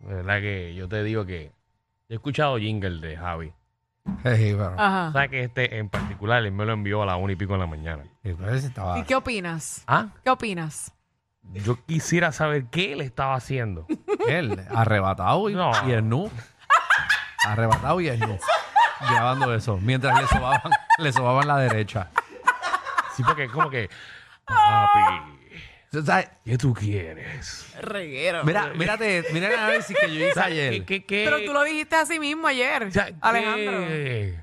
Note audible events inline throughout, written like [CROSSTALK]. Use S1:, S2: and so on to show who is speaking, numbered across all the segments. S1: De verdad que yo te digo que yo he escuchado jingle de Javi.
S2: Sí, pero-
S1: O
S3: Ajá.
S1: sea que este en particular, él me lo envió a las una y pico de la mañana.
S2: sí, pero ese pues, estaba-
S3: ¿Y qué opinas?
S1: Ah,
S3: ¿Qué opinas?
S1: yo quisiera saber qué él estaba haciendo.
S2: Él, arrebatado y,
S1: No.
S2: y el nu. Arrebatado y el nu. Grabando eso. Mientras le sobaban, le sobaban la derecha.
S1: Sí, porque es como que, papi,
S2: O sea,
S1: ¿qué tú quieres?
S3: Reguero.
S2: mira, mírate, mira el análisis que yo hice
S1: ¿Qué,
S2: ayer.
S1: eh, qué, qué?
S3: Pero tú lo dijiste así mismo ayer,
S1: Eh, O sea, eh,
S3: Alejandro.
S1: ¿qué?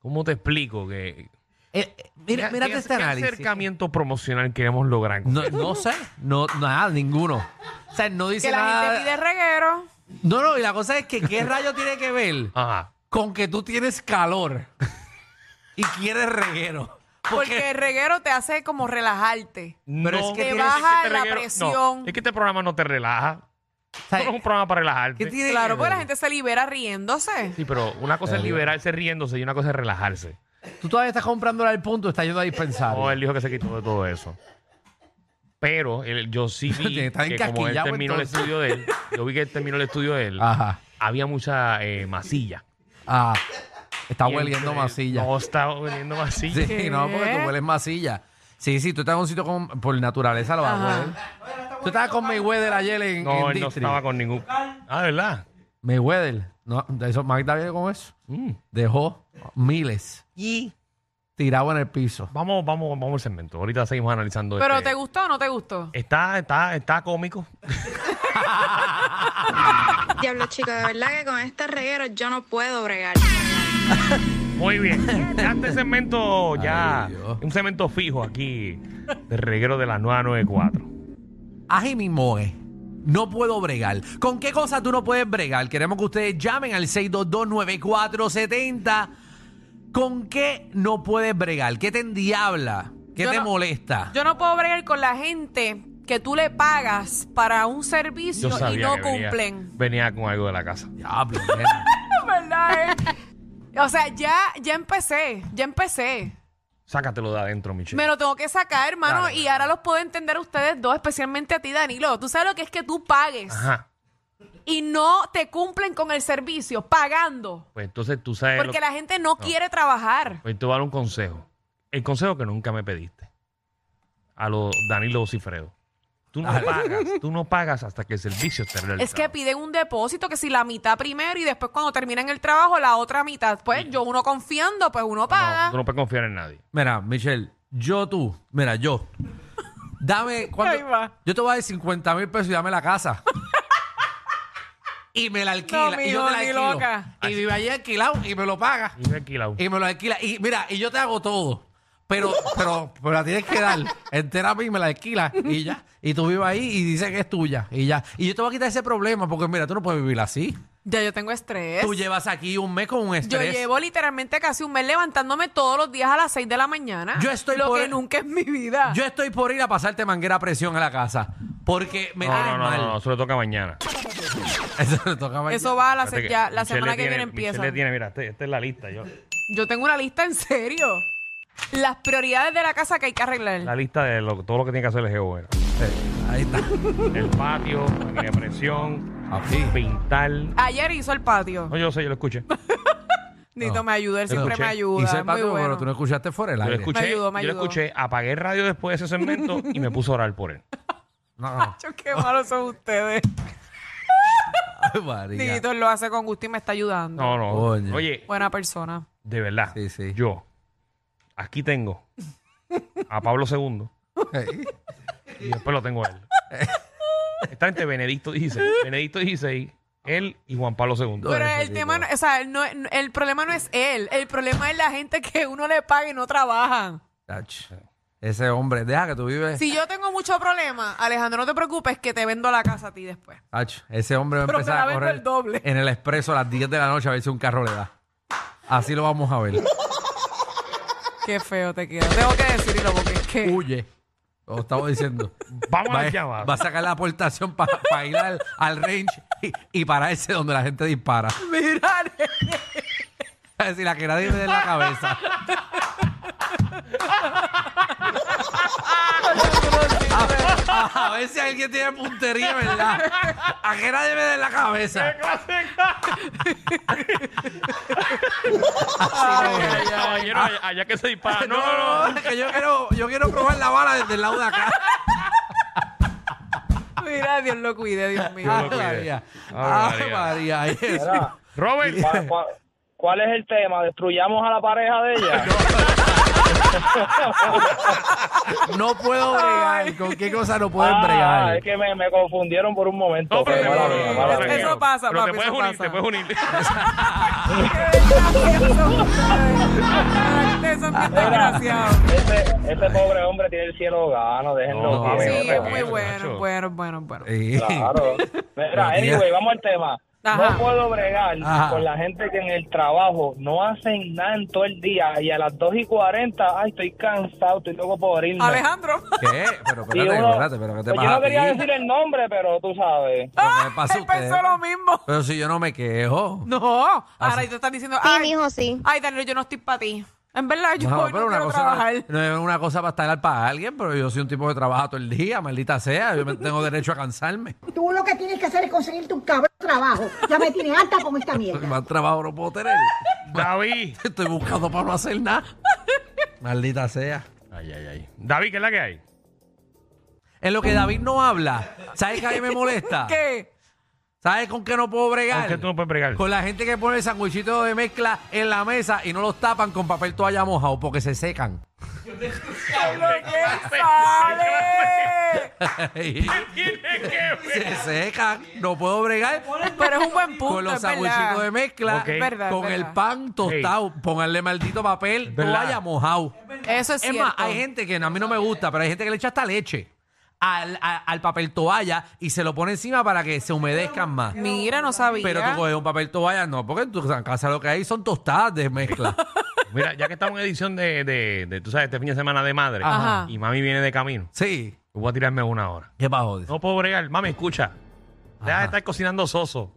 S1: ¿Cómo te explico? que
S2: Eh, eh, mira,
S1: ¿Qué-
S2: mírate
S1: qué-
S2: este
S1: qué
S2: análisis.
S1: acercamiento promocional queremos lograr?
S2: No, no sé, no, nada, ninguno. O sea, no dice
S3: Que la
S2: nada.
S3: gente pide reguero.
S2: No, no, y la cosa es que qué rayo tiene que ver
S1: Ajá.
S2: con que tú tienes calor y quieres reguero.
S3: Porque el reguero te hace como relajarte.
S2: Pero es que
S3: Te
S2: tienes-
S3: baja la
S1: reguero- no,
S3: presión.
S1: es que este programa no te relaja.
S2: o sea,
S1: Esto no es un programa para relajarte.
S2: ¿qué tiene
S3: Claro,
S2: que
S3: porque la
S2: ver?
S3: gente se libera riéndose.
S1: Sí, pero una cosa es
S2: Ay,
S1: liberarse riéndose y una cosa es relajarse.
S2: Tú todavía estás comprando al punto, estás yendo a dispensar.
S1: No, él dijo que se quitó de todo eso. Pero él- yo
S2: [LAUGHS]
S1: sí vi
S2: Está
S1: que como él
S2: encasquillado,
S1: terminó
S2: entonces. Ah.
S1: el estudio de él, yo vi que él terminó el estudio de él,
S2: Ajá.
S1: había mucha eh, masilla.
S2: Ah, está
S1: Y
S2: hueliendo
S1: entre-
S2: masilla.
S1: No, está hueliendo masilla.
S2: [LAUGHS] sí,
S3: ¿Qué?
S2: no, porque tú hueles masilla. Sí, sí, tú estás en un sitio con, por naturaleza lo vas a
S3: Ajá.
S2: hueler. Tú estabas con Mayweather ayer en,
S1: No,
S2: en
S1: él no
S2: District.
S1: estaba con ningún... Ah, ¿verdad?
S2: Mayweather. No, de eso, Magda viene con eso.
S1: Mm.
S2: Dejó miles
S1: Y
S2: tirado en el piso.
S1: vamos, vamos, vamos al segmento. Ahorita seguimos analizando
S3: Pero
S1: este-
S3: ¿te gustó o no te gustó?
S1: Está, está, está cómico.
S4: Diablo, chico, de verdad que con este reguero yo no puedo bregar.
S1: Muy
S3: [LAUGHS]
S1: bien. Ya este segmento ya.
S2: Ay, Dios.
S1: un segmento fijo aquí. De reguero de la 994.
S2: Aji mi moe. No puedo bregar. ¿Con qué cosa tú no puedes bregar? Queremos que ustedes llamen al 6229470. ¿Con qué no puedes bregar? ¿Qué te endiabla? ¿Qué
S3: Yo
S2: te
S3: no-
S2: molesta?
S3: Yo no puedo bregar con la gente que tú le pagas para un servicio y no
S1: que venía- [LAUGHS]
S3: cumplen.
S1: Venía, con algo de la casa.
S2: Diablo, nena.
S3: ¿Verdad? eh? [LAUGHS] o sea, ya, ya empecé, ya empecé.
S1: Sácatelo de adentro, Michelle.
S3: Me lo tengo que sacar, hermano,
S1: Dale,
S3: y ahora los puedo entender a ustedes dos, especialmente a ti, Danilo. Tú sabes lo que es que tú pagues
S1: Ajá.
S3: y no te cumplen con el servicio, pagando.
S1: Pues entonces tú sabes. lo
S3: Porque
S1: que-
S3: la gente no, quiere trabajar.
S1: Pues te voy a dar un consejo. El consejo que nunca me pediste. A los Danilo Cifredo. Tú no
S3: [LAUGHS]
S1: pagas, tú no pagas hasta que el servicio esté realizado.
S3: Ah. Es que piden un depósito que si la mitad primero y después cuando terminan el trabajo la otra mitad. Pues yo uno confiando, pues uno
S1: no,
S3: paga.
S1: tú no puedes confiar en nadie.
S2: Mira, Michelle, yo tú, mira, yo.
S3: [LAUGHS]
S2: Dame, ¿cuánto?
S3: Ahí va.
S2: Yo te voy a dar 50 mil pesos y dame la casa. y me la alquila.
S3: No,
S2: y yo
S3: mijo,
S2: te la
S3: ni
S2: alquilo.
S3: loca.
S2: Y vive allí alquilado y me lo paga.
S1: Y alquilado.
S3: Eh,
S2: Y me lo alquila. Y mira, y yo te hago todo. Pero, pero, pero la tienes que dar entera a mí, me la alquila y ya. Y tú vives ahí y dices que es tuya y ya. Y yo te voy a quitar ese problema porque mira, tú no puedes vivir así.
S3: Ya yo tengo estrés.
S2: Tú llevas aquí un mes con un
S3: Yo
S2: estrés.
S3: llevo literalmente casi un mes levantándome todos los días a las 6 de la mañana.
S2: Yo estoy
S3: lo
S2: por-
S3: que nunca es mi vida.
S2: [LAUGHS] Yo estoy por ir a pasarte manguera a presión a la casa porque me
S3: ah,
S1: No,
S2: da
S1: no, no,
S2: mal.
S1: no, no, eso le toca mañana.
S2: [LAUGHS] Eso le toca a
S3: Eso
S2: María.
S3: va a la,
S1: Espérate
S3: se- ya, la
S1: Michelle
S3: semana
S1: le
S3: que
S1: tiene-
S3: viene empieza.
S1: Michelle le tiene, mira, este- esta es la lista. Yo,
S3: Yo tengo una lista en serio. Las prioridades de la casa que hay que arreglar.
S1: la lista de lo- todo lo que tiene que hacer el GO.
S2: Eh, Ahí
S3: [LAUGHS]
S2: está.
S1: El patio, la presión,
S2: Así.
S1: pintar.
S3: Ayer hizo el patio.
S1: No, yo sé, yo lo escuché.
S3: Nito
S2: No.
S3: me ayuda, él
S2: Pero
S3: siempre me
S1: escuché.
S3: ayuda.
S2: Hice
S3: es
S2: el
S3: muy
S2: patio, pero
S3: bueno.
S2: tú no escuchaste fuera el
S1: Yo lo
S2: aire.
S1: escuché,
S3: ayudó, me
S1: yo lo
S3: ayudó.
S1: escuché, apagué el radio después de ese segmento y me puse a orar por él.
S2: No, no. [LAUGHS]
S3: Chacho, qué malos son ustedes.
S2: Ay, María.
S3: Nito lo hace con gusto y me está ayudando.
S1: No, no.
S2: Coño.
S1: Oye,
S3: Buena persona.
S1: de verdad,
S2: Sí, sí.
S1: yo aquí tengo a Pablo II
S2: Ey.
S1: y después lo tengo a él. Está entre Benedicto XVI, Benedicto XVI, él y Juan Pablo II.
S2: Bueno,
S3: Pero
S2: ese
S3: el
S2: tipo.
S3: tema, no- o sea, no- el problema no es él. El problema es la gente que uno le paga y no trabajan.
S2: Ach. Ese hombre, deja que tú vives.
S3: Si yo tengo mucho problema, Alejandro, no te preocupes que te vendo la casa a ti después.
S2: Ach, ese hombre va a
S3: Pero
S2: empezar
S3: me la
S2: a
S3: vendo
S2: correr
S3: el doble.
S2: en el expreso a las 10 de la noche a ver si un carro le da. Así lo vamos a
S3: [LAUGHS]
S2: ver.
S3: Qué feo te queda. Tengo que decirlo porque es que...
S2: Huye. Lo estaba diciendo.
S1: Vamos a
S2: va,
S1: llamar.
S2: va a sacar la aportación para ir al, al range y, y pararse donde la gente dispara.
S3: [LAUGHS] Mira,
S2: Si la que nadie me dé en la cabeza. A ver si alguien tiene puntería, ¿verdad? A que nadie me dé en la cabeza.
S1: Caballero, caballero, allá, allá que se dispara. No, no, no.
S2: es que yo quiero, yo quiero probar la bala desde el lado de acá.
S3: Mira, Dios lo cuide, Dios mío.
S1: lo cuide.
S2: María.
S1: Ave
S2: Ay, María. ay, Jesús.
S5: Mira,
S1: Robert,
S5: ¿cuál, cuál, cuál es el tema? ¿Destruyamos a la pareja de ella?
S2: No puedo bregar. ¿Con qué cosa no pueden
S5: Ah,
S2: bregar?
S5: es que me, me confundieron por un momento.
S1: no, pero
S5: Fue
S1: te-
S5: mala
S1: pero-
S5: mía,
S1: pero-
S5: mala
S1: pero-
S5: mía.
S3: Eso pasa,
S1: pero te
S3: papi,
S1: puedes
S3: eso
S1: unir, te
S3: pasa.
S1: puedes unir.
S3: Ustedes son bien desgraciados.
S5: Ese, ese pobre hombre tiene el cielo gano, déjenlo
S1: No,
S5: quieto,
S1: Pero
S3: Sí,
S1: qué
S3: es muy
S1: bueno,
S3: bueno,
S1: macho.
S3: bueno, bueno,
S2: Eh,
S3: bueno.
S2: Sí.
S5: Claro. Mira,
S2: Matías.
S5: anyway, vamos al tema.
S3: Ajá.
S5: No puedo bregar
S2: Ajá.
S5: con la gente que en el trabajo no hacen nada en todo el día y a las 2 y 40, ay, estoy cansado, estoy loco por irme.
S3: Alejandro.
S2: ¿Qué? Pero
S5: Y
S2: espérate,
S5: uno-
S2: espérate, pero ¿qué te
S5: pues yo
S2: pasa
S5: no quería
S2: a ti?
S5: decir el nombre, pero tú sabes.
S2: Pero ¿qué le
S3: [LAUGHS]
S2: pasa a
S3: Él pensó
S2: usted?
S3: lo mismo.
S2: Pero si yo no me quejo.
S3: No. Ahora
S2: Ah, sí.
S3: y tú estás diciendo,
S6: Sí,
S3: ay,
S6: mijo, sí.
S3: ay, Daniel, yo no estoy para ti. En verdad, yo
S2: No,
S3: hoy no
S2: pero
S3: quiero
S2: una cosa,
S3: trabajar.
S2: no es una cosa para estar para alguien, pero yo soy un tipo que trabaja todo el día, maldita sea,
S3: [LAUGHS]
S2: yo me- tengo derecho a cansarme.
S7: Tú lo que tienes que hacer es conseguirte un cabrón trabajo. Ya me tienes harta con esta mierda.
S2: Más trabajo no puedo tener. [LAUGHS]
S1: David.
S2: Estoy buscando para no hacer nada. Maldita sea.
S1: Ay, ay, ay. David, ¿qué es la que hay?
S2: En lo que David no habla, ¿sabes qué a mí me molesta?
S3: [LAUGHS] ¿Qué?
S2: ¿Sabes con qué no puedo bregar?
S1: ¿Con qué tú no puedes bregar? [LAUGHS]
S2: Con la gente que pone el sandwichito de mezcla en la mesa y no los tapan con papel toalla mojado porque se secan. [LAUGHS]
S3: Lo que
S2: se
S3: sale.
S1: Tiene que ver.
S2: secan. No puedo bregar
S3: Pero es un buen punto,
S2: con los
S3: es verdad.
S2: sandwichitos de mezcla,
S1: Ok.
S3: Es verdad, es
S2: con
S3: verdad.
S2: el pan tostado. Pónganle maldito papel
S1: Es verdad.
S2: toalla mojado.
S3: Eso es,
S2: Es
S3: cierto.
S2: más, hay gente que no, a mí no me gusta, pero hay gente que le echa hasta leche al, a- al papel toalla y se lo pone encima para que se humedezcan más.
S3: Mira, no sabía.
S2: Pero tú coges un papel toalla, no, porque en tu casa lo que hay son tostadas de
S3: [LAUGHS]
S2: mezcla.
S1: Mira, ya que estamos en edición de, de, de, tú sabes, este fin de semana de madre
S2: Ajá.
S1: y mami viene de camino,
S2: sí.
S1: yo voy a tirarme una hora.
S2: ¿Qué pasó?
S1: No puedo bregar. Mami, escucha. Deja
S2: Ajá.
S1: de estar cocinando soso.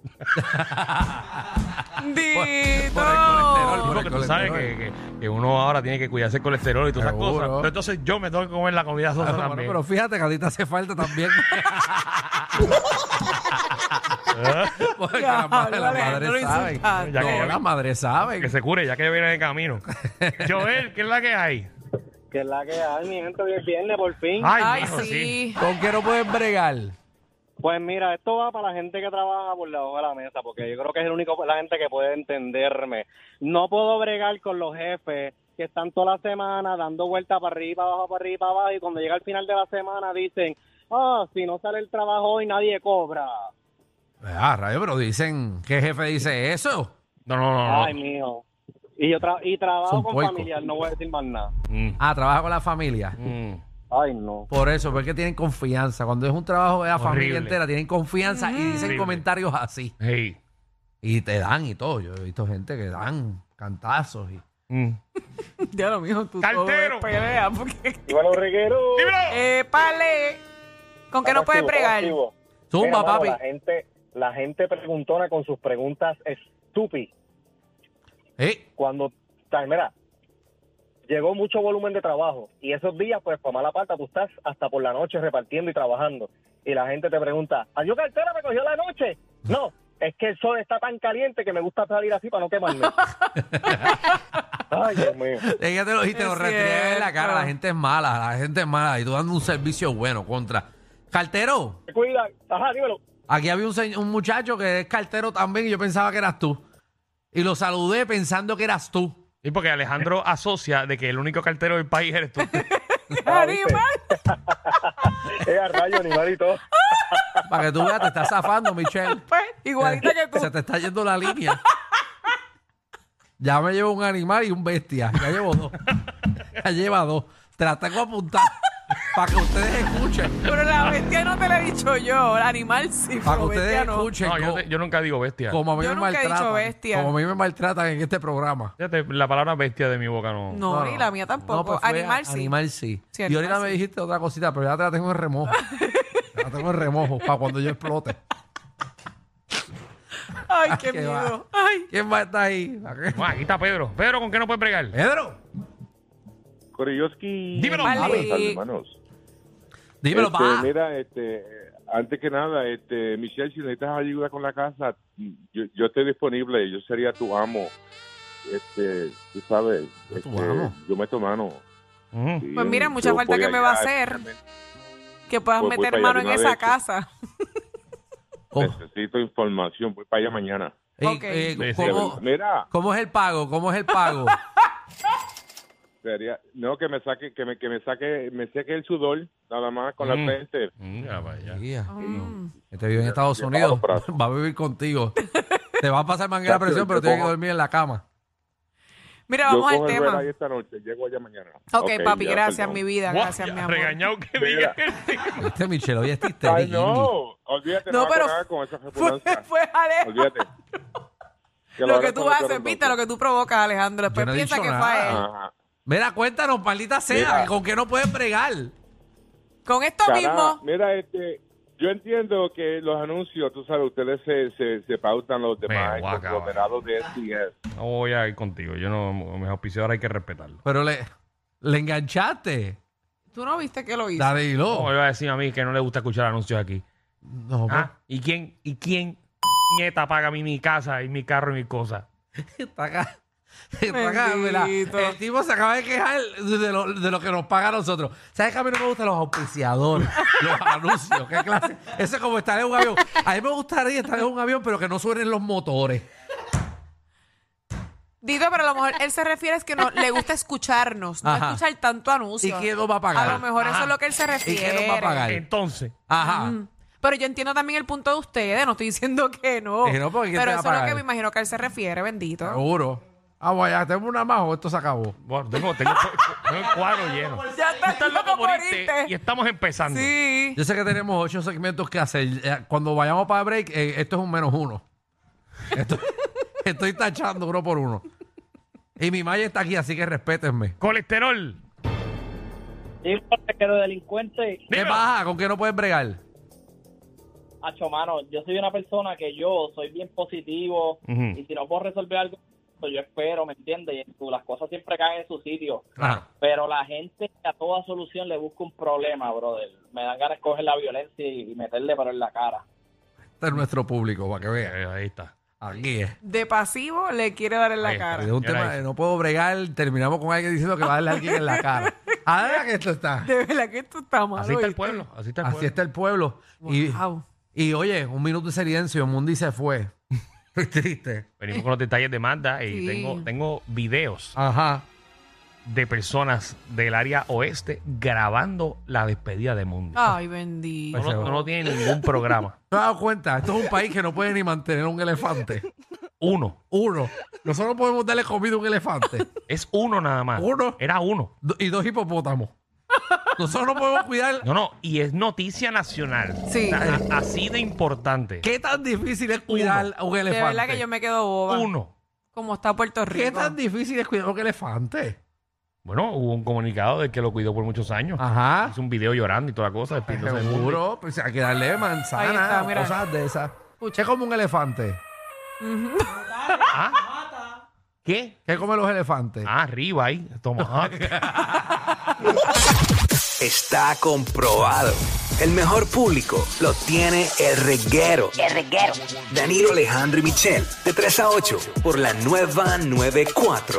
S3: Dito.
S2: colesterol, por el
S1: Porque tú sabes que,
S2: colesterol.
S1: que- que uno ahora tiene que cuidarse el colesterol y todas esas
S2: Seguro.
S1: cosas. Pero entonces yo me tengo que comer la comida sosa
S2: Bueno,
S1: también.
S2: pero fíjate que a ti te hace falta
S1: [LAUGHS]
S2: también. [LAUGHS] Porque las madres
S3: Diablo,
S2: las
S3: Alejandro,
S2: madres
S3: lo
S2: saben.
S3: insultaste.
S1: Ya que-
S2: No, las madres saben.
S1: Que se cure, ya que viene de camino. Joel, ¿qué es la que hay?
S5: Que es la que hay, mi gente, hoy es viernes, por fin.
S1: Ay,
S3: Ay,
S1: mijo, sí.
S3: sí.
S2: ¿Con qué no pueden bregar?
S5: Pues mira, esto va para la gente que trabaja por debajo de la mesa, porque yo creo que es el único, la gente que puede entenderme. No puedo bregar con los jefes que están toda la semana dando vueltas para arriba, para abajo, para arriba, para abajo, y cuando llega el final de la semana dicen, ah, si no sale el trabajo hoy nadie cobra.
S2: Ah, rayo, pero dicen, ¿qué jefe dice eso?
S1: No, no, no. no.
S5: Ay, mijo. Y yo tra- y
S2: Ah. Son
S5: trabajo con
S2: puercos.
S5: familiar, no voy a decir más nada.
S1: Mm,
S2: Ah, trabaja con la familia.
S1: mm.
S5: Ay, no.
S2: Por eso, porque tienen confianza. Cuando es un trabajo de la
S1: Horrible.
S2: familia entera, tienen confianza y dicen
S1: Horrible.
S2: comentarios así.
S1: Hey.
S2: Y te dan y todo. Yo he visto gente que dan cantazos. Y...
S1: Mm.
S3: Ya lo mismo tú.
S1: Cartero.
S3: todo es Pelea, porque.
S5: Bueno, reguero.
S1: ¡Dímelo!
S3: Eh, pale. ¿Con qué no puedes bregar?
S2: Zumba, papi.
S5: gente, la gente preguntona con sus preguntas estúpidas.
S2: Eh,
S5: cuando, tan, mira, llegó mucho volumen de trabajo y esos días, pues, para mala parte, tú estás hasta por la noche repartiendo y trabajando. Y la gente te pregunta, ¿adiós cartera me cogió la noche? No, es que el sol está tan caliente que me gusta salir así para no quemarme. Ay, Dios mío.
S2: ella te lo dijiste,
S3: Es
S2: lo retiré en la
S3: cierto.
S2: cara. La gente es mala, la gente es mala. Y tú dando un servicio bueno contra. Cartero,
S5: Te Cuida, ajá, dímelo.
S2: aquí había un, se- un muchacho que es cartero también y yo pensaba que eras tú. Y lo saludé pensando que eras tú.
S1: Y porque Alejandro asocia de que el único cartero del país eres tú.
S5: Ah,
S3: [LAUGHS]
S5: ¿viste?
S3: Animal.
S5: Eh, a rayo, animal y todo.
S2: Para que tú veas, te estás zafando, Michelle.
S3: [LAUGHS] Pues, igualita que tú.
S2: Se te está yendo la línea. Ya me llevo un animal y un bestia. Ya llevo dos. Ya lleva dos. Te las tengo apuntadas para que ustedes escuchen.
S3: Pero la bestia no te la he dicho yo. El animal sí,
S2: Para que
S3: pero bestia
S2: ustedes
S3: no.
S2: escuchen
S1: No, yo,
S2: co-
S1: te- yo nunca digo bestia.
S2: como a mí
S3: Yo
S2: me
S3: nunca he dicho
S2: maltratan.
S3: bestia.
S2: Como a mí me maltratan en este programa.
S1: Fíjate, la palabra bestia de mi boca no.
S3: No, ni la mía tampoco.
S2: No, pues fue
S3: animal
S2: a-
S3: sí.
S2: Animal sí.
S3: Sí,
S2: y
S3: animal
S2: ahorita me
S3: sí.
S2: dijiste otra cosita, pero ya te la tengo en remojo. Te la tengo en remojo para cuando yo explote.
S3: Ay, qué
S2: Ah, ¿Qué va?
S3: miedo. Ay.
S2: ¿Quién va a estar ahí? ¿A qué?
S3: Eh,
S1: Ah, aquí está Pedro. Pedro, ¿con qué no puedes bregar?
S2: Pedro.
S6: Koryoski.
S1: Dímelo,
S3: Vale.
S6: Buenas tardes, hermanos.
S2: Dímelo,
S6: Este,
S2: pa.
S6: Mira, este, antes que nada, este, Michelle, si necesitas ayuda con la casa, yo, yo estoy disponible, yo sería tu amo. Este, tú sabes,
S2: Tu
S6: este,
S2: amo.
S6: yo meto mano.
S1: Mm.
S6: Sí,
S3: Pues mira, mucha
S6: yo
S3: falta
S6: voy
S3: que me va a
S6: allá,
S3: hacer.
S6: realmente
S3: Que puedas
S6: Voy- voy
S3: meter
S6: para allá
S3: mano
S6: de este.
S3: en
S6: una
S3: esa
S6: vez.
S3: casa. [LAUGHS]
S2: Oh,
S6: Necesito información, voy para allá mañana.
S2: eh,
S3: ok.
S2: eh,
S1: Sí, sí,
S2: ¿cómo,
S6: Mira,
S2: cómo es el pago? ¿Cómo es el
S1: [LAUGHS]
S2: pago?
S6: sería, no, que me saque, que me, que me saque, me seque el sudor, nada más con la
S1: Mm.
S6: frente.
S1: Mira, vaya.
S2: Guía.
S3: Mm.
S2: Este vive en Estados
S6: Llevado
S2: Unidos.
S6: brazo.
S2: [LAUGHS] Va a vivir
S3: [LAUGHS]
S2: contigo. Te va a pasar manguera a
S6: Chacho,
S2: presión, pero
S6: yo
S2: tienes que
S6: cojo-
S2: dormir en la cama.
S3: Mira,
S6: Yo
S3: vamos al
S6: cojo el
S3: tema.
S6: Red Eye esta noche, llego allá mañana.
S3: Ok, papi,
S6: ya,
S3: gracias,
S6: perdón.
S3: mi vida.
S1: Guau,
S3: Gracias,
S1: ya,
S3: mi amor.
S1: Regañado que diga.
S6: Mira.
S2: Este Michelle, hoy este
S6: Ay,
S2: histérico.
S6: no, olvídate,
S3: No,
S6: no,
S3: pero-
S6: pero con esa
S3: Fue,
S6: repugnancia.
S3: fue Alejandro.
S6: Olvídate.
S3: [LAUGHS] Lo que tú haces, viste, lo que tú provocas, Alejandro. Después
S2: no he
S3: piensa
S2: dicho
S3: que fue
S2: nada.
S3: él.
S6: Ajá.
S2: Mira, cuéntanos, maldita sea,
S6: Mira.
S2: con qué no puedes pregar.
S3: Con esto
S6: Cará,
S3: mismo.
S6: Mira, este, yo entiendo que los anuncios, tú sabes, ustedes se, se, se pautan los demás
S1: Me voy a acabar.
S6: conglomerados de STS.
S1: No voy a ir contigo. Yo no, mis auspiciadores hay que respetarlo.
S2: Pero le, le enganchaste.
S3: Tú no viste que lo hizo.
S2: Danilo.
S1: ¿Cómo me va a decir a mí que no le gusta escuchar anuncios aquí?
S2: No, pues,
S1: Ah, ¿y quién, y quién nieta paga a mí mi casa y mi carro y mis cosas?
S2: está acá. [LAUGHS] Está acá, mira.
S3: Bendito.
S2: El tipo se acaba de quejar de lo, de lo que nos paga a nosotros. ¿Sabes que a mí no me gustan los auspiciadores? [LAUGHS] los anuncios. ¿Qué clase? Eso es como estar en un avión. A mí me gustaría estar en un avión, pero que no suenen los motores.
S3: Dito, pero a lo mejor él se refiere es que no le gusta escucharnos, no
S2: Ajá.
S3: escuchar tanto
S2: ¿Y
S3: anuncio.
S2: quién nos va a pagar?
S3: A lo mejor eso
S2: Ajá.
S3: es lo que él se
S2: ¿Y
S3: refiere.
S2: quién nos va a pagar?
S1: Entonces,
S2: Ajá.
S3: Mm. Pero yo entiendo también el punto de ustedes, no estoy diciendo que no.
S2: Eh, no, porque ¿quién
S3: pero
S2: te va a
S3: eso es lo
S2: pagar?
S3: que me imagino que él se refiere, bendito.
S2: Seguro. Ah, vaya, tengo una más o esto se acabó.
S1: bueno, tengo, tengo, [LAUGHS] tengo el cuadro lleno.
S3: Ya estás
S1: Estás
S3: loco
S1: loco por
S3: por
S1: irte
S3: irte.
S1: y estamos empezando.
S3: Sí.
S2: Yo sé que tenemos ocho segmentos que hacer. Eh, Cuando vayamos para break, eh, esto es un menos uno. Esto- [LAUGHS] estoy tachando uno por uno. Y mi malla está aquí, así que respétenme.
S1: Colesterol.
S8: que los delincuentes,
S2: ¿Qué
S1: Dímelo.
S2: pasa? ¿Con qué no puedes bregar?
S8: hacho mano, yo soy una persona que yo soy bien positivo
S1: Ujú.
S8: y si no puedo resolver algo, pues yo espero, ¿me entiendes? Y tú, las cosas siempre caen en su sitio.
S2: Claro.
S8: Pero la gente a toda solución le busca un problema, brother. Me dan ganas de coger la violencia y y meterle pero en la cara.
S2: Este es nuestro público, para que vean.
S1: Eh, Ahí está.
S2: Aquí es.
S3: De pasivo le quiere dar en la
S1: Ahí está.
S3: cara.
S2: Es un
S1: Señora,
S2: tema
S1: ahí.
S2: de no puedo bregar. Terminamos con alguien diciendo que va a darle a alguien en la cara. Ahora que esto está.
S3: De verdad que esto está mal.
S1: Así está el
S3: ¿oíste?
S1: pueblo. Así está el
S2: Así
S1: pueblo.
S2: está el pueblo. Y,
S3: Wow.
S2: y oye, un minuto de silencio. Mundi se fue. Qué triste.
S1: Venimos con los detalles de Manda y
S3: Sí.
S1: tengo, tengo videos
S2: Ajá.
S1: de personas del área oeste grabando la despedida de Mundo.
S3: Ay, bendito.
S1: No,
S2: Pues,
S1: lo- no lo tiene ningún
S3: [LAUGHS]
S1: programa.
S2: ¿Te has dado cuenta? Esto es un país que no puede ni mantener un elefante.
S1: Uno.
S2: Uno. Nosotros podemos darle comida a un elefante
S1: Es uno nada más.
S2: Uno.
S1: Era uno.
S2: Do- y dos hipopótamos. Nosotros no podemos cuidar.
S1: No, no. Y es noticia nacional.
S3: Sí.
S1: O sea, a- así de importante.
S2: ¿Qué tan difícil es cuidar a un
S3: De
S2: elefante?
S3: verdad que yo me quedo boba.
S1: Uno.
S3: Como está Puerto Rico.
S2: ¿Qué tan difícil es cuidar a un elefante?
S1: Bueno, hubo un comunicado de que lo cuidó por muchos años.
S3: Ah.
S2: Ajá.
S1: Hizo un video llorando y toda la cosa. despidiéndose de Mundo.
S2: Seguro. Pues hay que darle
S3: Ahí
S2: manzana
S3: está, mira.
S2: cosas de esas. ¿Qué come un elefante?
S1: ¿Ah? ¿Qué?
S2: ¿Qué comen los elefantes?
S1: Ah, arriba ahí. Ah, Tomahawk.
S9: Está comprobado. El mejor público lo tiene el reguero. El reguero. Danilo Alejandro y Michel, de 3 a 8, por la nueva 94.